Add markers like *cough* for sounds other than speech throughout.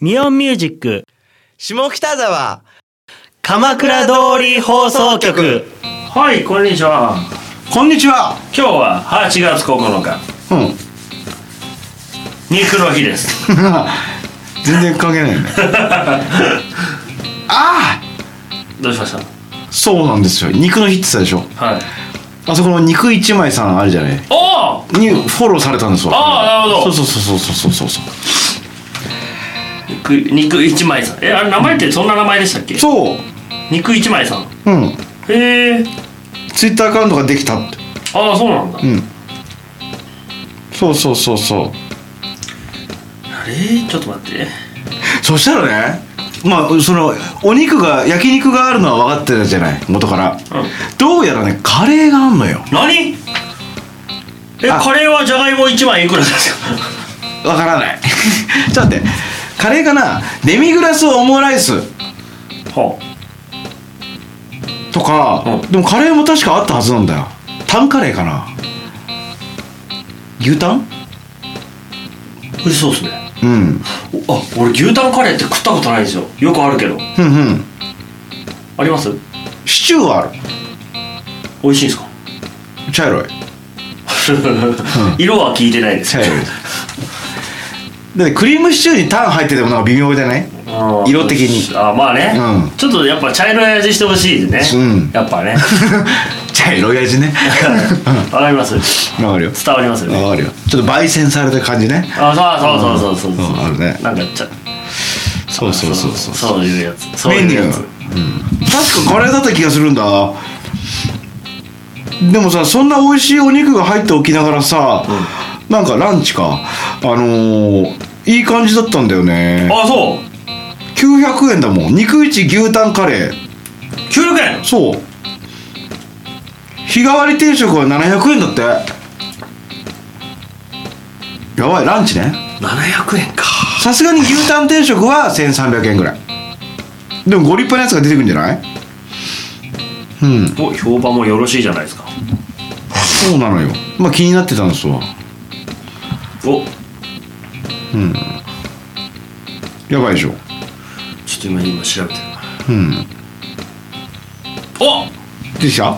ミオンミュージック下北沢鎌倉通り放送局はいこんにちはこんにちは。今日は8月9日うん。 *laughs* 肉の日です全然関係ないよね。あどうしましたあ、そうなんですよ。肉の日って言ったでしょ。はいあそこの肉一枚さんあるじゃない。おおにフォローされたんですわ。あーなるほどそうそうそうそうそうそうそう。肉肉一枚さんえあれ名前ってそんな名前でしたっけそう。肉一枚さんうん。へえツイッターアカウントができたって。ああそうなんだうん。そうそうそうそう。あれちょっと待ってそしたらね、まあそのお肉が焼肉があるのは分かってたじゃない元から。うんどうやらねカレーがあんのよ。何えあカレーはじゃがいも1枚いくらですかわからない *laughs* ちょっと待ってカレーかなデミグラスオムライス *laughs* はとか、うんでもカレーも確かあったはずなんだよタンカレーかな牛タンあそうっすねうんおあ俺牛タンカレーって食ったことないんですよよくあるけどうんうんありますシチューはある美味しいんですか茶色い色は聞いてないです茶 *laughs* 色いだってクリームシチューにタン入っててもなんか微妙じゃないあー色的にあーまあね、うんちょっとやっぱ茶色い味してほしいですね、うんやっぱね *laughs* 茶色い味ねわかりますうんわかるよ伝わりますよねわかるよちょっと焙煎された感じねあそうそうそうそうそううんあるねなんかちゃそうそうそうそうそうそういうやつそうメニいュうー、うやんつ、確かカレーだった気がするんだでもさそんな美味しいお肉が入っておきながらさ、なんかランチかあのーいい感じだったんだよねあそう900円だもん肉一牛タンカレー900円そう日替わり定食は700円だってやばいランチね700円かさすがに牛タン定食は1300円ぐらいでもご立派なやつが出てくるんじゃないうんお評判もよろしいじゃないですかそうなのよまあ気になってたんですわおうんやばいでしょちょっと今今調べてるうんおできた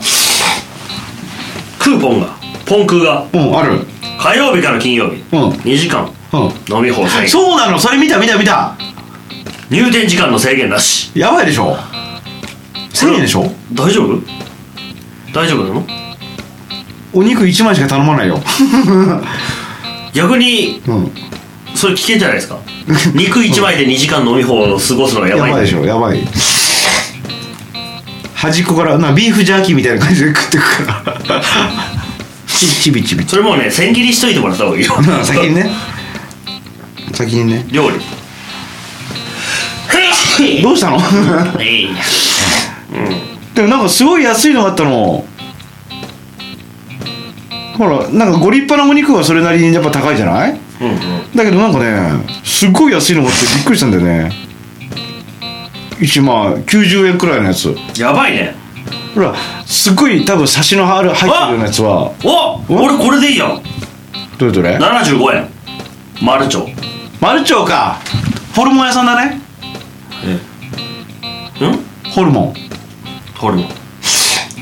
クーポンがポンクがうんある火曜日から金曜日うん2時間う飲み放制ん限そうなのそれ見た見た見た入店時間の制限なしやばいでしょ1000円でしょ大丈夫大丈夫なのお肉1枚しか頼まない *laughs* よ逆にうんそれ危険じゃないです *laughs* か肉1枚で2時間飲み放を過ごすのがややばばいいでしょやばい端っこからなんかビーフジャーキーみたいな感じで食ってくからちちび *laughs* ちびそれもうね千切りしといてもらった方がいいよ *laughs* 先にね先にね *laughs* 料理どうしたの *laughs* いいでもなんかすごい安いのがあったのほらなんかご立派なお肉はそれなりにやっぱ高いじゃないうんうんだけどなんかねすっごい安いのがあってびっくりしたんだよね1万90円くらいのやつやばいねほらすっごい多分サシの入る入ってるようなやつはお俺これでいいよどれどれ75円マルチョマルチョウかホルモン屋さんだねうんホルモンホルモン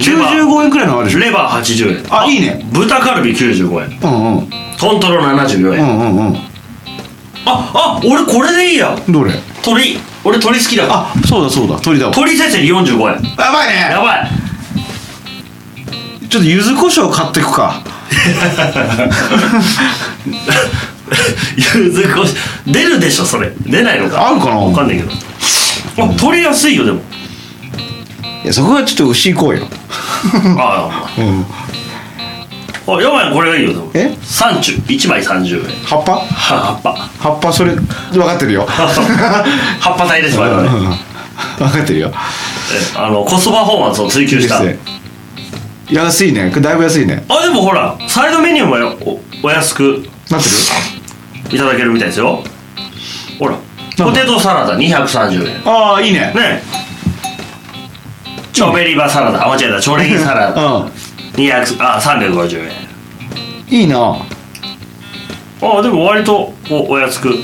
レバー95円くらいのあるでしょレバー80円あいいね豚カルビ95円うんうんトントロ74円、うあんうんうんあ俺これでいいやどれ鳥俺鳥好きだからあそうだそうだ鳥だわ鳥先生45円やばいねやばい *laughs* ちょっと柚子胡椒買ってくかゆずこし出るでしょそれ出ないのか合うかな分かんないけどあ取りやすいよでもいやそこはちょっと牛行こうよあうんああやばいこれがいいよでもえ三十一枚三十円葉っぱは葉っぱ *laughs* 葉っぱそれ分かってるよ葉っぱ体ですうん我うん々うん分かってるよえあのコスパパフォーマンスを追求したですね安いねこれだいぶ安いねあでもほらサイドメニューもやおお安くなってるいただけるみたいですよほらだポテトサラダ230円ああいいねねチョベリバサラダあ間違えたチョレギサラダう200あ350円んいいなあでも割とおお安く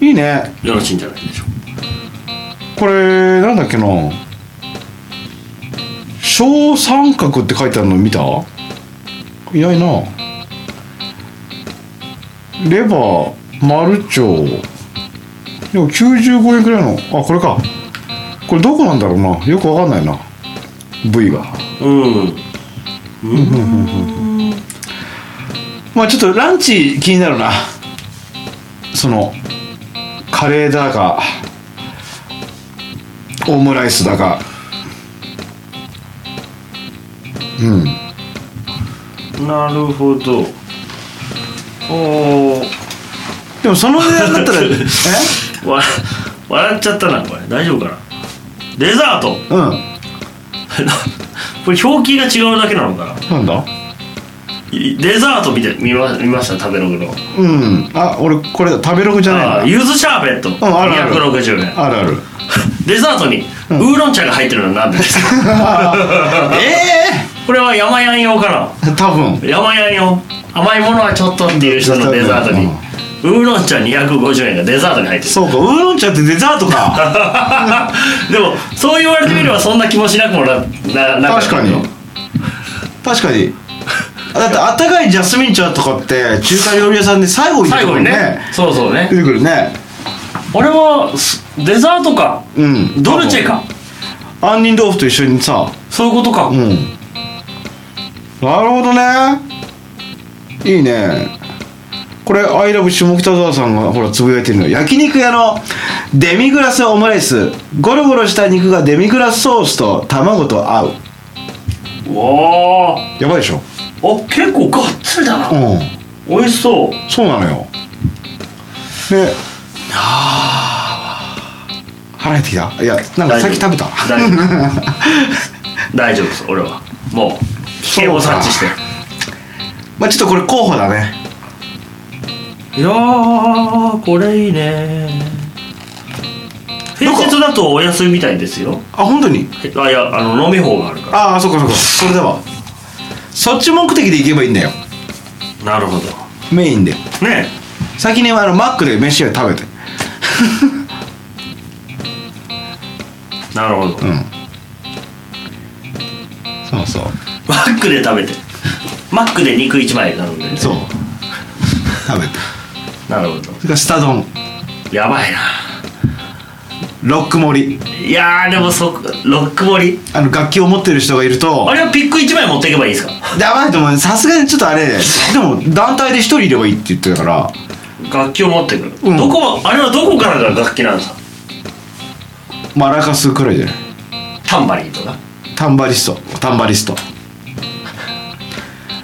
いいねよろしいんじゃないでしょうこれなんだっけな小三角って書いてあるの見たいないなレバーマルチョウでも95円くらいのあこれかこれどこなんだろうなよくわかんないな部位がか。うん。まあちょっとランチ気になるなそのカレーだかオムライスだかうんなるほど。おお。でもその値段だった *laughs* らえわ、笑っちゃったな、これ。大丈夫かな。デザート。 *laughs* うこれ表記が違うだけなのかな。んなんだいデザート見て、見ま、見ました、食べログの。うんあ俺これ食べログじゃあなあ、いなゆずシャーベット。んあるある260円。あるあるデザートにウーロン茶が入ってるのは何でですか *laughs* えこれは山やん用かなえ多分山やん用甘いものはちょっとっていう人のデザートにウーロン茶250円がデザートに入ってる *laughs* そうかウーロン茶ってデザートかでもそう言われてみればそんな気もしなくもななな *laughs* 確かに確かに *laughs* だってあったかいジャスミン茶とかって中華料理屋さんで最後に出最てく後るにねねそうそうね出てくるね俺はすデザートかうんドルチェか杏仁豆腐と一緒にさそういうことか、うんなるほどねいいねこれ「アイラブ下北沢」さんがほらつぶやいてるの焼肉屋のデミグラスオムライスゴロゴロした肉がデミグラスソースと卵と合うおーやばいでしょお結構がっつりだな、うん美味しそうそうなのよであ腹減ってきたいやなんかさっき食べた大丈 *laughs* 夫大丈夫です俺はもう危険を察知してまあちょっとこれ候補だねいやーこれいいね平日だとお休みみたいですよあ本当にへあいやあの飲み放があるかああそっかそっかそれだわそっち目的で行けばいいんだよらなるほどメインでね先にあのマックで飯を食べてえなるほど、うんそうそうマックで食べてマックで肉一枚なので、ね、そう食べてなるほどそれからスタ丼やばいなロック盛りいやーでもそロック盛りあの楽器を持ってる人がいるとあれはピック一枚持っていけばいいですかやばいと思うさすがにちょっとあれでも団体で一人いればいいって言ってたから楽器を持ってくる、うんどこもあれはどこからが楽器なんですかマラカスくらいじゃないタンバリンとかタンバリストタンバリスト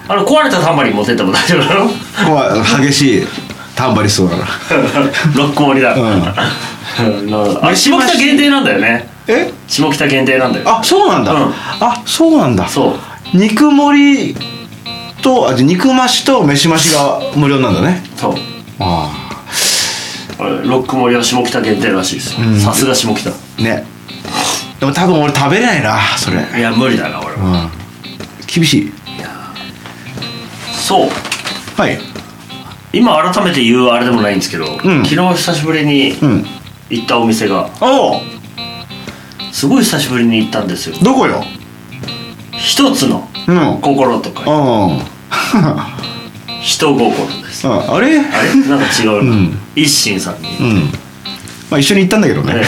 あの壊れたタンバリン持ってっても大丈夫なのここは激しいタンバリストだから *laughs* ロック盛りだ、うんなるほどあれ下北限定なんだよねえ下北限定なんだよあそうなんだ、うんあそうなんだそう肉盛りとあじゃあ肉増しと飯増しが無料なんだねそうああれロック盛りは下北限定らしいですようんさすが下北あねでも多分俺食べれないなそれいや無理だな俺うはん厳しいそうはい今改めて言うあれでもないんですけど、昨日久しぶりにうん行ったお店がおおすごい久しぶりに行ったんですよどこよ一つのうんうん心と *laughs* か人心ですああれあれなんか違うな、うん一心さんに、うんまあ一緒に行ったんだけどねええ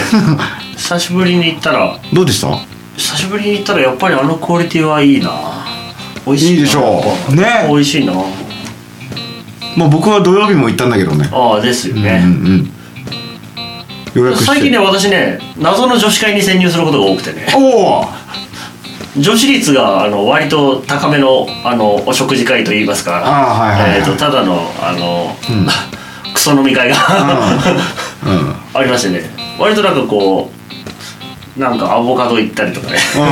久しぶりに行ったら *laughs* どうでした久しぶりに行ったらやっぱりあのクオリティはいいな美味しいないいでしょうね美味しいなまあ僕は土曜日も行ったんだけどねああですようね、んうん予約して最近ね私ね謎の女子会に潜入することが多くてねおお女子率があの割と高めのあのお食事会といいますかああはいはいはいえーとただのあの、 *laughs* クソ飲み会がうんうんありましてね割となんかこうなんかアボカド行ったりとかねうんうんう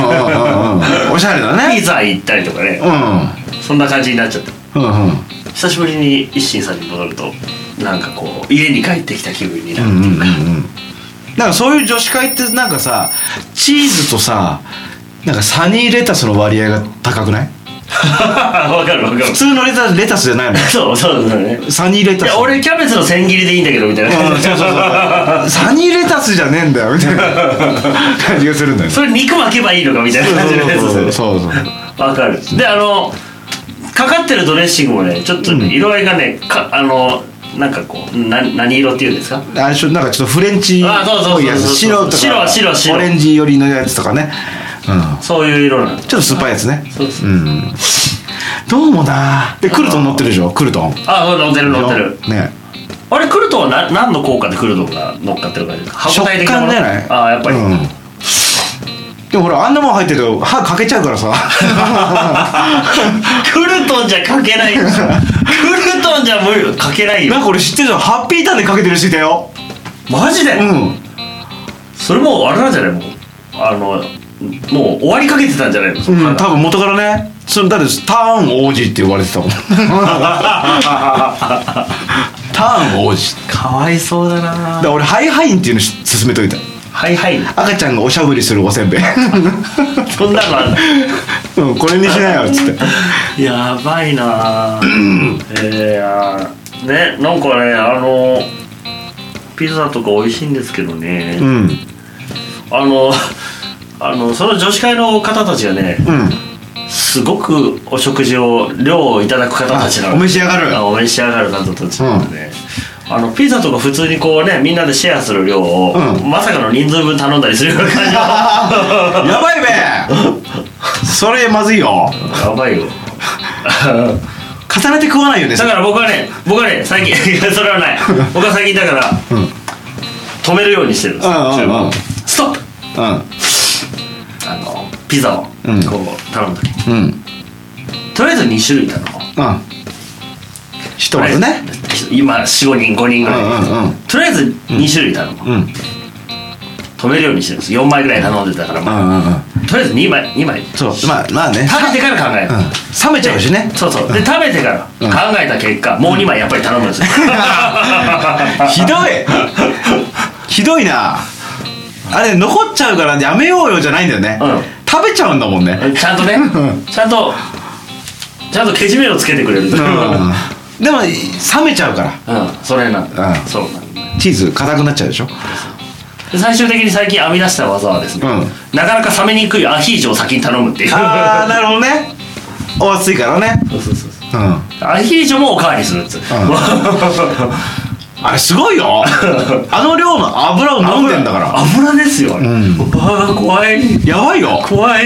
んうんおしゃれだピねザ行ったりとかねうそんな感じになっちゃってんうんうん久しぶりに一心さんに戻るとなんかこう家に帰ってきた気分になる、うんうんうんうんなんかそういう女子会ってなんかさチーズとさなんかサニーレタスの割合が高くないわかるわかる普通のレタレタスじゃないもんそうそうそうねサニーレいタスや俺キャベツの千切りでいいんだけどみたいなうんそうそうそうサニーレタスじゃねえんだよみたいな感じがするんだよねそれ肉巻けばいいのかみたいな感じのやつですよねそうそうわかるであのかかってるドレッシングもねちょっとね色合いがねかあのなんかこうな何色っていうんですかあれしょなんかちょっとフレンチっあそうそうそうぽいやそうつそう白とか白白白オレンジ寄りのやつとかね、うん、そういう色なんですちょっと酸っぱいやつねそうですうんどうもなでクルトン乗ってるでしょクルトンあそう乗ってる乗ってるねあれクルトンはな何の効果でクルトンが乗っかってる感じですか歯食応え的なも感のじゃないあやっぱり、うんでもほらあんなもん入ってると歯かけちゃうからさクルトンじゃかけないでしょクルトンじゃ無理かけないよ *laughs* なんか俺知ってるのハッピーターンでかけてる人いたよマジで、うんそれもうあれなんじゃないもうあのもう終わりかけてたんじゃないの、そのう歯ん、が多分元からねそれだってターン王子って呼ばれてたもん *laughs* ターン王子 *laughs* かわいそうだなだから俺ハイハインっていうのし勧めといたはいはい赤ちゃんがおしゃぶりするおせ *laughs* んべい、そんなのあん *laughs* のうん、これにしなよっつってやばいなえー、あーねなんかねあのピザとか美味しいんですけどね、うんあのあのその女子会の方たちがねうんすごくお食事を量をいただく方たちなのあお召し上がるあお召し上がる方たちなので、ねあのピザとか普通にこうねみんなでシェアする量を、うんまさかの人数分頼んだりするような感じや *laughs* やばいべそれまずいよばいよ重ねて食わないよねだから僕はね僕はね最近 *laughs* いやそれはない僕は最近だから、ん止めるようにしてるんですうんうんうん注文ストップうあのピザをこうんう頼む時、んうんとりあえず2種類頼もううんひとまずね今45人5人ぐらい、うんうんうんとりあえず2種類頼む、うんうん止めるようにしてるんです4枚ぐらい頼んでたから、うまあんうんとりあえず2枚2枚そうまあまあね食べてから考える、うん冷めちゃうしねそうそうで食べてからうん考えた結果、もう2枚やっぱり頼むんですよひどいひどいなあれ残っちゃうからやめようよじゃないんだよね、うん食べちゃうんだもんね、 *laughs* ちゃんとね、うんちゃんとちゃんとけじめをつけてくれる、うん、うん、でも冷めちゃうからそれなんだ、うんそうなんだチーズ硬くなっちゃうでしょで最終的に最近編み出した技はですね、うなかなか冷めにくいアヒージョを先に頼むっていうあ *laughs* あなるほどねお熱いからね *laughs* そうそうそうそううんアヒージョもおかわりするっつう、 *laughs* あれすごい *laughs* よあの量の油を飲んでんだから油ですよ、んああ怖いやばいよ怖い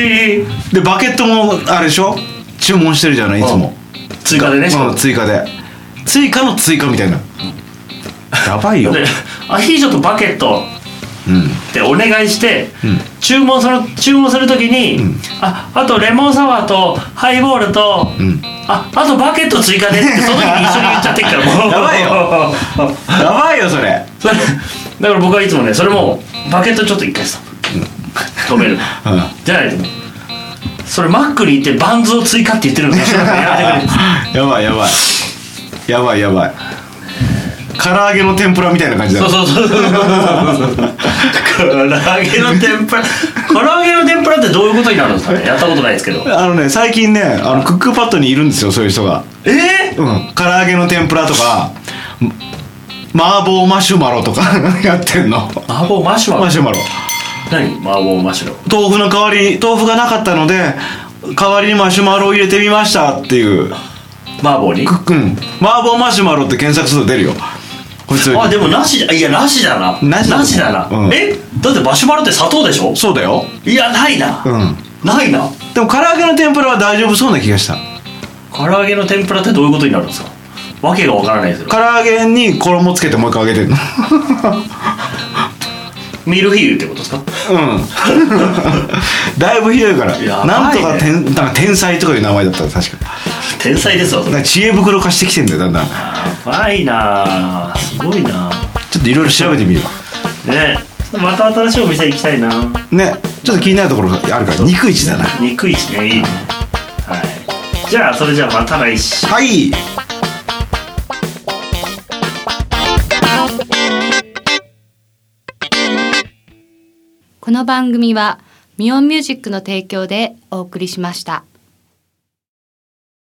でバケットもあれでしょ注文してるじゃないいつも追加でね、うん追加で追加の追加みたいな *laughs* やばいよでアヒージョとバケットうんってお願いして、ん注文その注文するときに、ああとレモンサワーとハイボールと、んああとバケット追加でってその時に一緒に言っちゃってっからもうやばいよやばいよそれ *laughs* それだから僕はいつもねそれもバケットちょっと一回ストップ止める、んじゃないとそれマックに行ってバンズを追加って言ってるのかもしれないやめてくれやばいやばいやばいやばい唐揚げの天ぷらみたいな感じだそうよそうそうそう唐揚げの天ぷら唐揚げの天ぷらってどういうことになるんですかねやったことないですけどあのね最近ねあのクックパッドにいるんですよそういう人がええうん唐揚げの天ぷらとか麻婆マシュマロとか *laughs* やってんの麻婆マシュマロマシュマロ何麻婆マシュマロ豆腐の代わり豆腐がなかったので代わりにマシュマロを入れてみましたっていう麻婆にうん麻婆マシュマロって検索すると出るよこいつあでもなしじゃいやなしだななしだだな、うんえだってマシュマロって砂糖でしょそうだよいやないな、うんないなでも唐揚げの天ぷらは大丈夫そうな気がした唐揚げの天ぷらってどういうことになるんですかわけがわからないですよ唐揚げに衣つけてもう一回揚げ *laughs* てるのミルフィーユってことですか *laughs* うんだいぶひどいからやばいねなんとか天なんか天才とかいう名前だったの確か天才ですわそれなんか知恵袋化してきてんだよだんだんちやばいなすごいなょっといろいろ調べてみるわねまた新しいお店行きたいなねちょっと気になるところがあるから肉一だな憎いしねいいねはいじゃあそれじゃあまた来週はいこの番組はミオンミュージックの提供でお送りしました。